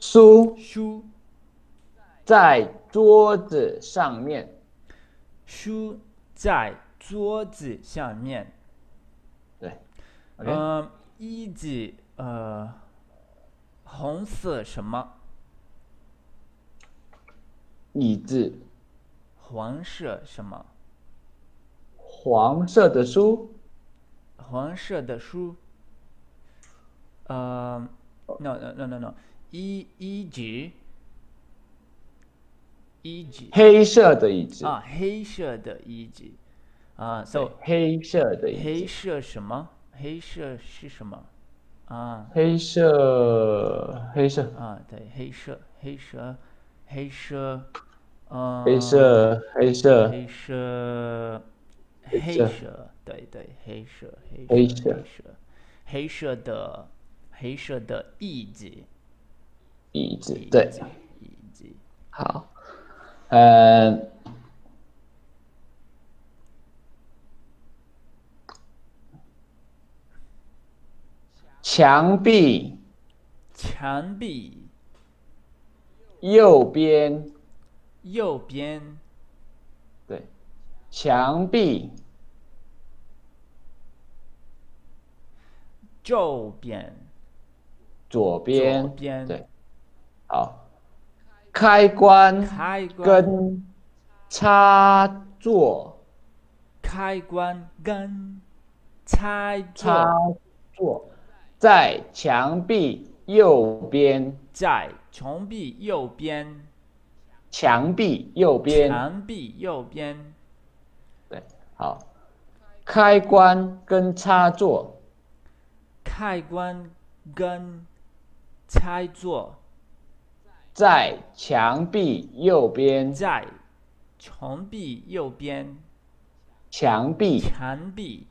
Speaker 2: 书
Speaker 1: 书、
Speaker 2: 在桌子上面，
Speaker 1: 书在桌子上面。
Speaker 2: 对，OK，
Speaker 1: 嗯，椅子呃，红色什么？
Speaker 2: 椅子，
Speaker 1: 黄色什么？
Speaker 2: 黄色的书，
Speaker 1: 黄色的书，呃，no no no no no，一一直，一直
Speaker 2: 黑色的椅子，
Speaker 1: 啊，黑色的一直啊，so
Speaker 2: 黑色的椅
Speaker 1: 黑
Speaker 2: 子，
Speaker 1: 色什么？黑色是什么？啊
Speaker 2: 黑色，黑色，
Speaker 1: 啊，对，黑色，黑色，黑色，嗯，
Speaker 2: 黑色，黑色，
Speaker 1: 黑色，
Speaker 2: 黑
Speaker 1: 黑
Speaker 2: 色
Speaker 1: 色，对对，黑色，黑
Speaker 2: 黑
Speaker 1: 色，
Speaker 2: 色
Speaker 1: 黑色，黑色的，黑色的椅子，
Speaker 2: 椅子
Speaker 1: 椅，
Speaker 2: 对
Speaker 1: 子，，椅子，
Speaker 2: 好，呃，墙壁
Speaker 1: 墙壁
Speaker 2: 右边，
Speaker 1: 右边，
Speaker 2: 对，墙壁
Speaker 1: 右边，
Speaker 2: 左
Speaker 1: 左
Speaker 2: 边，
Speaker 1: 边，
Speaker 2: 对，好，开关
Speaker 1: 开关，
Speaker 2: 跟插座，
Speaker 1: 开关跟插
Speaker 2: 插
Speaker 1: 座
Speaker 2: 座在墙壁右边，
Speaker 1: 在墙壁右边，
Speaker 2: 墙壁右边。
Speaker 1: 墙壁右边，
Speaker 2: 对，好，开关跟插座
Speaker 1: 开关跟插座。
Speaker 2: 在墙壁右边，
Speaker 1: 在墙壁右边，
Speaker 2: 墙壁
Speaker 1: 墙壁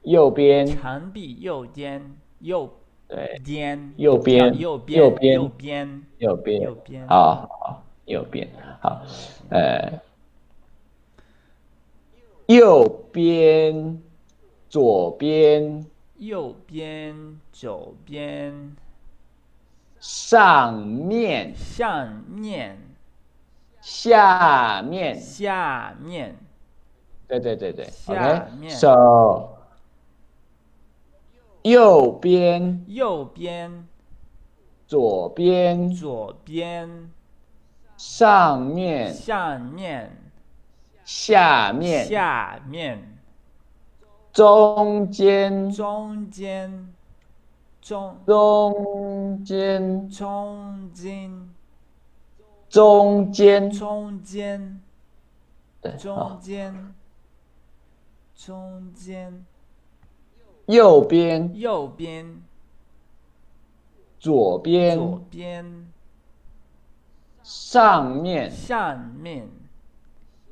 Speaker 2: 右边，
Speaker 1: 墙壁右边右
Speaker 2: 对，
Speaker 1: 边
Speaker 2: 右边
Speaker 1: 啊右
Speaker 2: 右
Speaker 1: 边
Speaker 2: 边
Speaker 1: 右边
Speaker 2: 右边，
Speaker 1: 右边
Speaker 2: 好，好，右边，好，呃，右边，左边，
Speaker 1: 右边左边
Speaker 2: 上面，
Speaker 1: 上面
Speaker 2: 下面，
Speaker 1: 下面
Speaker 2: 对对对对
Speaker 1: 下面
Speaker 2: ，OK，手，右边，
Speaker 1: 右边
Speaker 2: 左边、
Speaker 1: 左边、
Speaker 2: 上面、
Speaker 1: 上面、
Speaker 2: 下面、
Speaker 1: 下面、
Speaker 2: 中间、
Speaker 1: 中间、中
Speaker 2: 中间、
Speaker 1: 中间、
Speaker 2: 中间，
Speaker 1: 中间、
Speaker 2: 对，
Speaker 1: 中
Speaker 2: 好，
Speaker 1: 间、中间、
Speaker 2: 右边、
Speaker 1: 右边、
Speaker 2: 左边、
Speaker 1: 左边、
Speaker 2: 上面、
Speaker 1: 上面、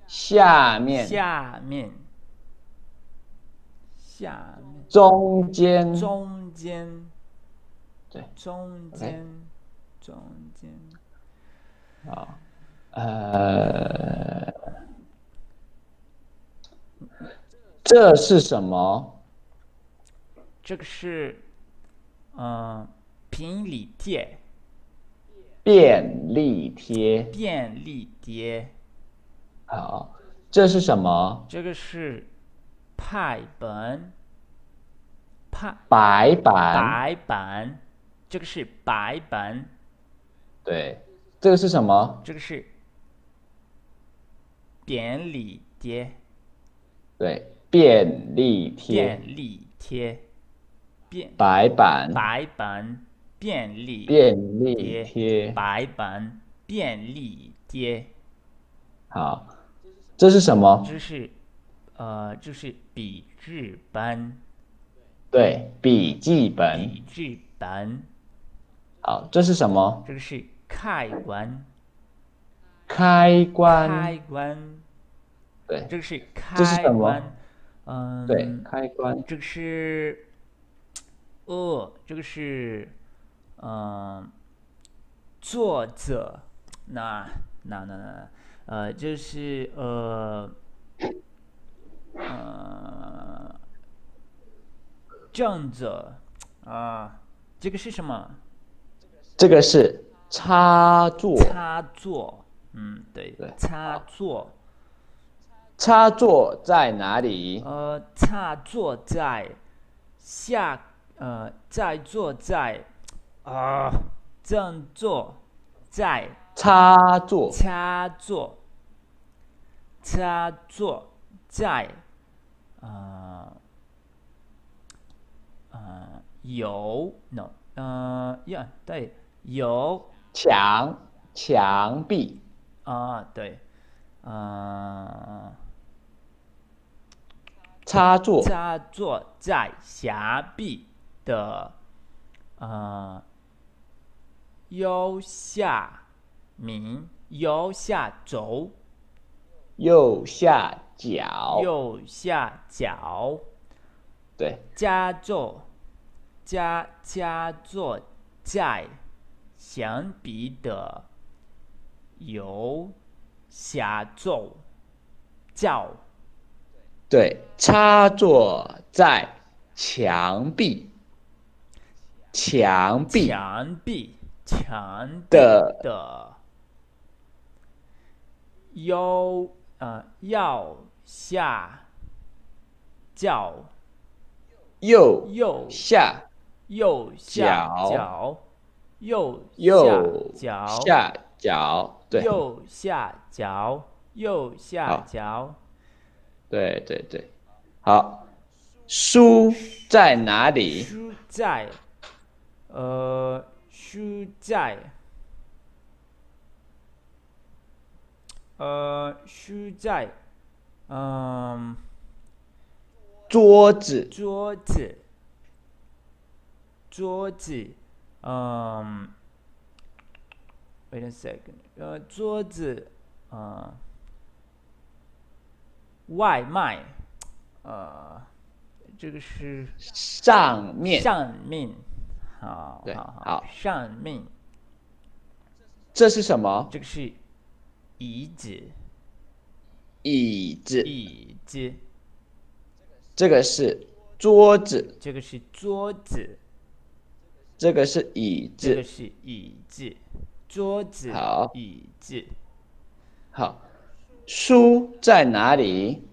Speaker 2: 下面、
Speaker 1: 下面、下面、
Speaker 2: 中间，
Speaker 1: 中间、
Speaker 2: 对，
Speaker 1: 中间、中间。
Speaker 2: 呃，这是什么？
Speaker 1: 这个是，嗯，平里贴，
Speaker 2: 便利贴。
Speaker 1: 便利贴，
Speaker 2: 好，这是什么？
Speaker 1: 这个是派本，派
Speaker 2: 白板。
Speaker 1: 白板，这个是白板，
Speaker 2: 对，这个是什么？
Speaker 1: 这个是便利贴，
Speaker 2: 对，便利贴。
Speaker 1: 便利贴，便
Speaker 2: 白板。
Speaker 1: 白板，便利
Speaker 2: 便利
Speaker 1: 贴
Speaker 2: 贴。
Speaker 1: 白板，便利贴，
Speaker 2: 好，这是什么？
Speaker 1: 这是呃，这是笔记本。
Speaker 2: 对，笔记本。
Speaker 1: 笔记本，
Speaker 2: 好，这是什么？
Speaker 1: 这个是开关，
Speaker 2: 开关。
Speaker 1: 开关，
Speaker 2: 对
Speaker 1: 这个是
Speaker 2: 这是
Speaker 1: 开
Speaker 2: 什么
Speaker 1: 关，嗯，
Speaker 2: 对，开关。
Speaker 1: 这个是，呃，这个是，嗯、作者，那那那那，呃，这是呃，呃，政者，啊、这个是什么？
Speaker 2: 这个是插座。
Speaker 1: 插座，嗯，对
Speaker 2: 对，
Speaker 1: 插座，
Speaker 2: 插座在哪里？
Speaker 1: 呃，插座在下，呃，在座在，啊、正座在
Speaker 2: 插座
Speaker 1: 插座，插座在，呃，呃，有，no，呃，呀，对，有。
Speaker 2: 墙墙壁
Speaker 1: 啊，对，呃，
Speaker 2: 插座
Speaker 1: 插座在峡壁的呃右下明右下轴
Speaker 2: 右下角。
Speaker 1: 右下角
Speaker 2: 对，
Speaker 1: 加座加加座在墙壁的右下轴角。
Speaker 2: 对，插座在墙壁，墙壁
Speaker 1: 墙壁墙壁
Speaker 2: 的
Speaker 1: 的右呃右下角
Speaker 2: 右
Speaker 1: 右
Speaker 2: 下
Speaker 1: 右下
Speaker 2: 角
Speaker 1: 角右
Speaker 2: 右
Speaker 1: 下角
Speaker 2: 下角。对，
Speaker 1: 右下角右下
Speaker 2: 好
Speaker 1: 角
Speaker 2: 对对对，好，书在哪里？
Speaker 1: 书在呃书在呃书在嗯。
Speaker 2: 桌子
Speaker 1: 桌子，桌子，嗯，wait a second，呃，桌子，呃，外卖，呃，这个是
Speaker 2: 上面，
Speaker 1: 上面，好，
Speaker 2: 对
Speaker 1: 好，
Speaker 2: 好
Speaker 1: 上面，
Speaker 2: 这是什么？
Speaker 1: 这个是椅子，
Speaker 2: 椅子，
Speaker 1: 椅子，
Speaker 2: 这个是桌子，
Speaker 1: 这个是桌子，
Speaker 2: 这个是椅
Speaker 1: 这个
Speaker 2: 子。
Speaker 1: 是椅子，桌子
Speaker 2: 好，
Speaker 1: 椅子。
Speaker 2: 好，书在哪里？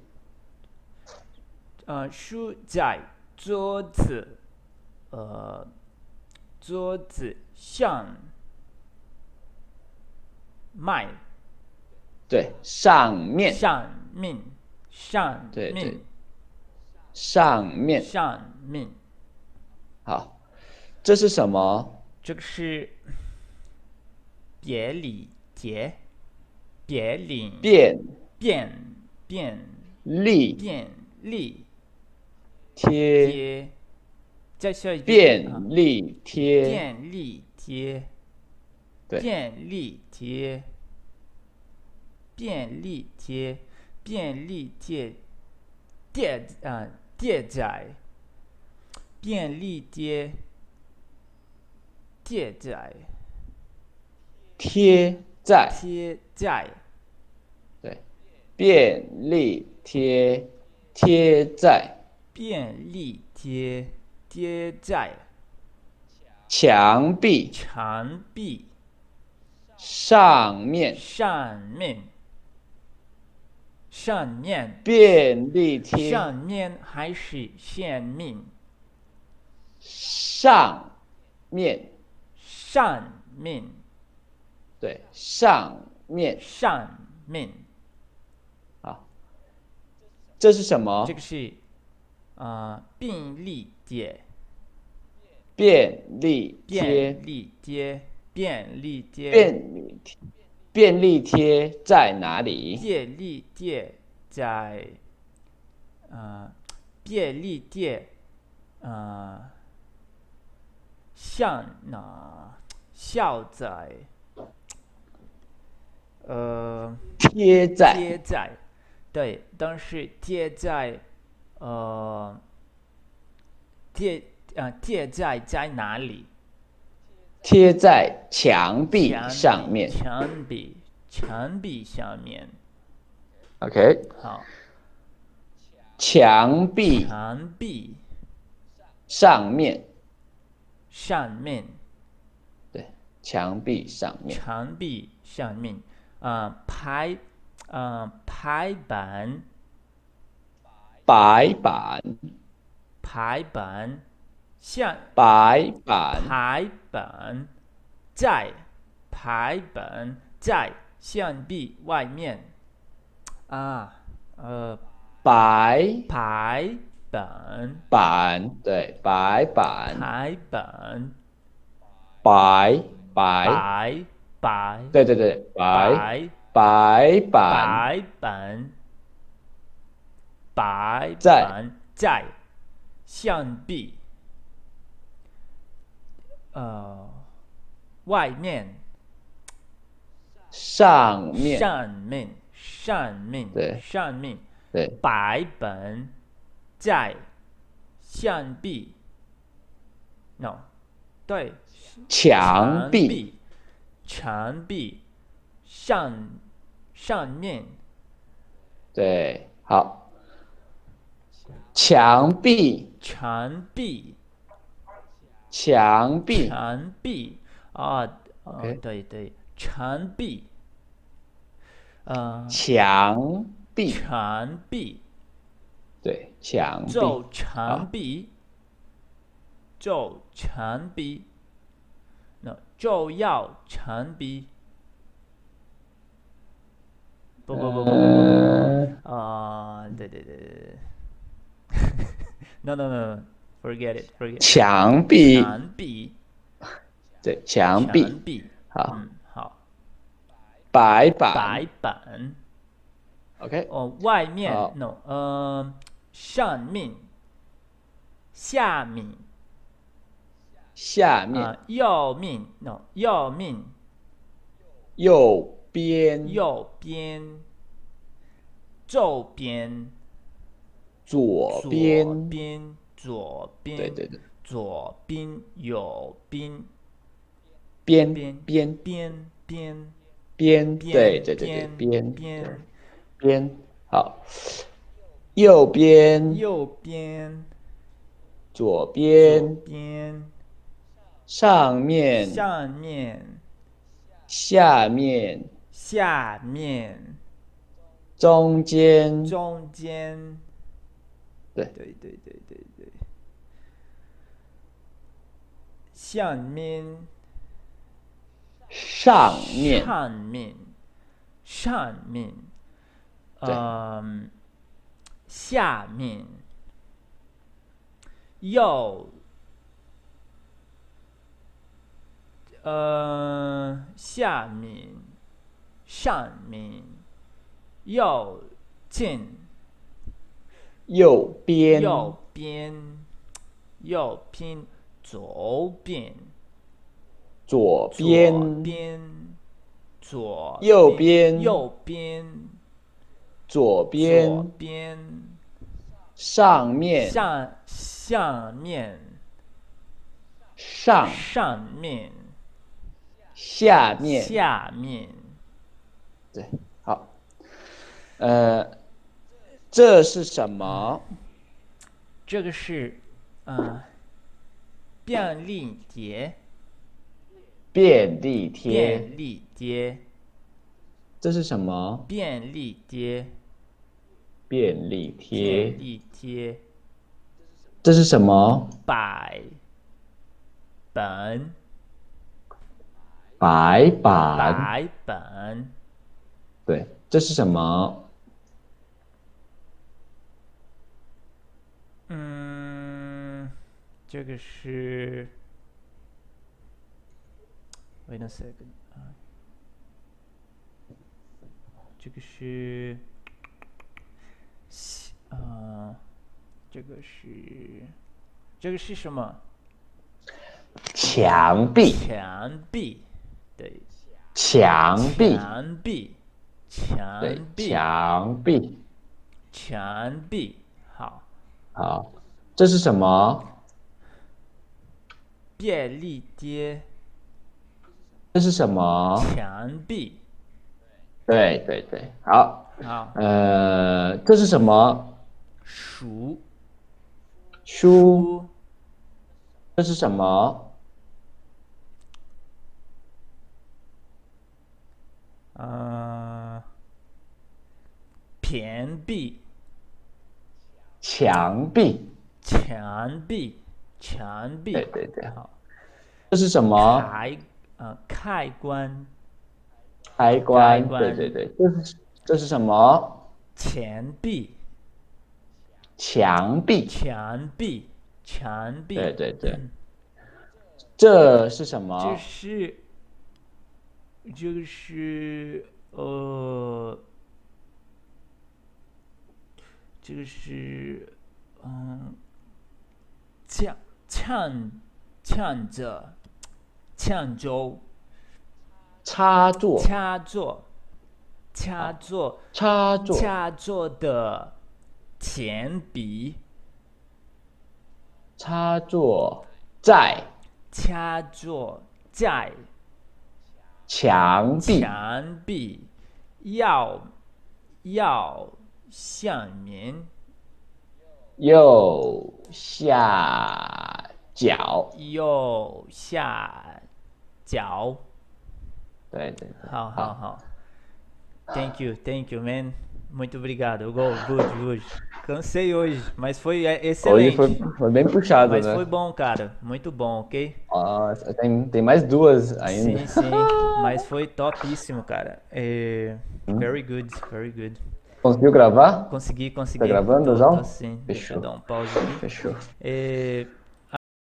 Speaker 1: 呃，书在桌子，呃，桌子上卖
Speaker 2: 对，上面，
Speaker 1: 上面上
Speaker 2: 对
Speaker 1: 面
Speaker 2: 上面，
Speaker 1: 上面，
Speaker 2: 好，这是什么？
Speaker 1: 这个是别理解，别领
Speaker 2: 便
Speaker 1: 便便
Speaker 2: 利
Speaker 1: 便利
Speaker 2: 贴，
Speaker 1: 贴，再说一遍啊
Speaker 2: 便利贴，
Speaker 1: 便利贴，
Speaker 2: 对
Speaker 1: 便利贴，便利贴，便利贴，电啊电仔，便利贴，电仔
Speaker 2: 贴在，
Speaker 1: 贴在
Speaker 2: 对，便利贴，贴在
Speaker 1: 便利贴贴在
Speaker 2: 墙壁
Speaker 1: 墙壁
Speaker 2: 上面，
Speaker 1: 上面，上面。
Speaker 2: 便利贴
Speaker 1: 上面还是下面？
Speaker 2: 上面，
Speaker 1: 上面，
Speaker 2: 对，上面，
Speaker 1: 上面，
Speaker 2: 好，这是什么
Speaker 1: 这？个是呃便利贴，
Speaker 2: 便利贴。
Speaker 1: 便利贴，便利贴，
Speaker 2: 便利贴便利贴在哪里？
Speaker 1: 便利贴在呃便利贴呃像哪校在呃。
Speaker 2: 贴在
Speaker 1: 贴在，对，但是贴在，呃，贴啊贴在在哪里？
Speaker 2: 贴在墙壁上面。
Speaker 1: 墙壁，墙壁上面。
Speaker 2: OK，
Speaker 1: 好，
Speaker 2: 墙壁
Speaker 1: 墙壁
Speaker 2: 上面，
Speaker 1: 上面，
Speaker 2: 对，墙壁上面。
Speaker 1: 墙壁上面，啊、排，啊排版，
Speaker 2: 白板，
Speaker 1: 排版，像
Speaker 2: 白板，
Speaker 1: 排版在排版在墙壁外面啊，呃，
Speaker 2: 白
Speaker 1: 排版
Speaker 2: 板，对，白板，
Speaker 1: 排版
Speaker 2: 白白，
Speaker 1: 白白
Speaker 2: 对对对，白
Speaker 1: 白
Speaker 2: 白板
Speaker 1: 白板白
Speaker 2: 在
Speaker 1: 板在墙壁呃外面。
Speaker 2: 上面，
Speaker 1: 上面，上面，
Speaker 2: 对
Speaker 1: 上面，
Speaker 2: 对，
Speaker 1: 白本在象壁，no，对，
Speaker 2: 墙壁，
Speaker 1: 壁，墙壁上上面
Speaker 2: 对，好，墙壁。
Speaker 1: 墙壁
Speaker 2: 墙壁
Speaker 1: 墙壁啊，哦
Speaker 2: OK，
Speaker 1: 对对，墙壁，呃，
Speaker 2: 墙壁，
Speaker 1: 墙壁，
Speaker 2: 对，墙壁，
Speaker 1: 走墙壁，走墙壁，那就要墙壁。不不不不不不
Speaker 2: 呃，
Speaker 1: 不啊！对对对对对 ，no no no，forget it，forget。
Speaker 2: 墙壁，
Speaker 1: 墙壁，
Speaker 2: 对，墙壁，
Speaker 1: 墙壁，
Speaker 2: 好，
Speaker 1: 嗯，好，
Speaker 2: 白板
Speaker 1: 白板，
Speaker 2: ，OK，
Speaker 1: 哦，外面
Speaker 2: 好
Speaker 1: ，no，呃，上面，下面，
Speaker 2: 下
Speaker 1: 啊
Speaker 2: 面，
Speaker 1: 右面，no，右面，
Speaker 2: 右边，
Speaker 1: 右边，右边，
Speaker 2: 左
Speaker 1: 左
Speaker 2: 边，
Speaker 1: 边，左边，
Speaker 2: 对对对，
Speaker 1: 左边，右边，
Speaker 2: 边
Speaker 1: 边
Speaker 2: 边
Speaker 1: 边边
Speaker 2: 边，
Speaker 1: 边，
Speaker 2: 对对对对，边
Speaker 1: 边边，
Speaker 2: 边，好，右边，
Speaker 1: 右边，
Speaker 2: 左
Speaker 1: 左
Speaker 2: 边，
Speaker 1: 边，
Speaker 2: 上面，
Speaker 1: 上面，
Speaker 2: 下面，
Speaker 1: 下面，
Speaker 2: 中间，
Speaker 1: 中间，
Speaker 2: 对
Speaker 1: 对对对对对，下面
Speaker 2: 上面
Speaker 1: 上面上面，
Speaker 2: 对
Speaker 1: 嗯，下面右，呃，下面上面右近。
Speaker 2: 右边
Speaker 1: 右边，右边，左边，
Speaker 2: 左
Speaker 1: 左
Speaker 2: 边
Speaker 1: 边，左
Speaker 2: 右边
Speaker 1: 右边，
Speaker 2: 左
Speaker 1: 左
Speaker 2: 边
Speaker 1: 边，
Speaker 2: 上面
Speaker 1: 下下面，
Speaker 2: 上
Speaker 1: 上面，
Speaker 2: 下面
Speaker 1: 下面，
Speaker 2: 对，好，呃，这是什么？
Speaker 1: 这个是，呃，便利贴，
Speaker 2: 便利贴。
Speaker 1: 便利贴，
Speaker 2: 这是什么？
Speaker 1: 便利贴，
Speaker 2: 便利贴
Speaker 1: 便。利贴，
Speaker 2: 这是什么？
Speaker 1: 百本。
Speaker 2: 白板。
Speaker 1: 白本
Speaker 2: 对，这是什么？
Speaker 1: 嗯，这个是，wait a second 啊，这个是，西呃，这个是，这个是什么？
Speaker 2: 墙壁，
Speaker 1: 墙壁，对，
Speaker 2: 墙壁，
Speaker 1: 墙壁，
Speaker 2: 对
Speaker 1: 墙，壁，
Speaker 2: 墙壁。
Speaker 1: 墙壁，好，
Speaker 2: 好，这是什么？
Speaker 1: 便利贴，
Speaker 2: 这是什么？
Speaker 1: 墙壁，
Speaker 2: 对对对，好，
Speaker 1: 好，
Speaker 2: 呃，这是什么？
Speaker 1: 数
Speaker 2: 书，
Speaker 1: 书。
Speaker 2: 这是什么？
Speaker 1: 呃，屏蔽、
Speaker 2: 墙壁，
Speaker 1: 墙壁、墙壁，
Speaker 2: 对对对
Speaker 1: 好，
Speaker 2: 这是什么？
Speaker 1: 开呃开关、
Speaker 2: 开关，
Speaker 1: 开关
Speaker 2: 对对对，这是这是什么？
Speaker 1: 钱币、
Speaker 2: 墙壁，
Speaker 1: 墙壁、墙壁，
Speaker 2: 对对对
Speaker 1: 嗯，
Speaker 2: 这是什
Speaker 1: 这
Speaker 2: 么？
Speaker 1: 是这个是呃，这个是嗯，呛呛呛着呛州。
Speaker 2: 插座，
Speaker 1: 掐座，掐座，
Speaker 2: 插座，
Speaker 1: 掐座的前鼻，
Speaker 2: 插座在
Speaker 1: 掐座在
Speaker 2: 墙壁，
Speaker 1: 墙壁要要下面
Speaker 2: 右下角，
Speaker 1: 右下角。
Speaker 2: 对对对，
Speaker 1: 好好好，Thank you, thank you, man. Muito obrigado. Go, good, good. Cansei hoje, mas foi é,
Speaker 2: Hoje
Speaker 1: excelente.
Speaker 2: foi, foi bem puxado,
Speaker 1: mas foi
Speaker 2: né?
Speaker 1: bom, cara. Muito bom, ok?
Speaker 2: Ah, tem, tem mais duas ainda.
Speaker 1: Sim, sim. Mas foi topíssimo, cara. É,
Speaker 2: Hum.
Speaker 1: Very good, very good.
Speaker 2: Conseguiu gravar?
Speaker 1: Consegui, consegui.
Speaker 2: Tá gravando
Speaker 1: Tô-
Speaker 2: já?
Speaker 1: tô sim. Deixa eu
Speaker 2: Fechou.
Speaker 1: dar um pause aqui.
Speaker 2: Fechou.
Speaker 1: É,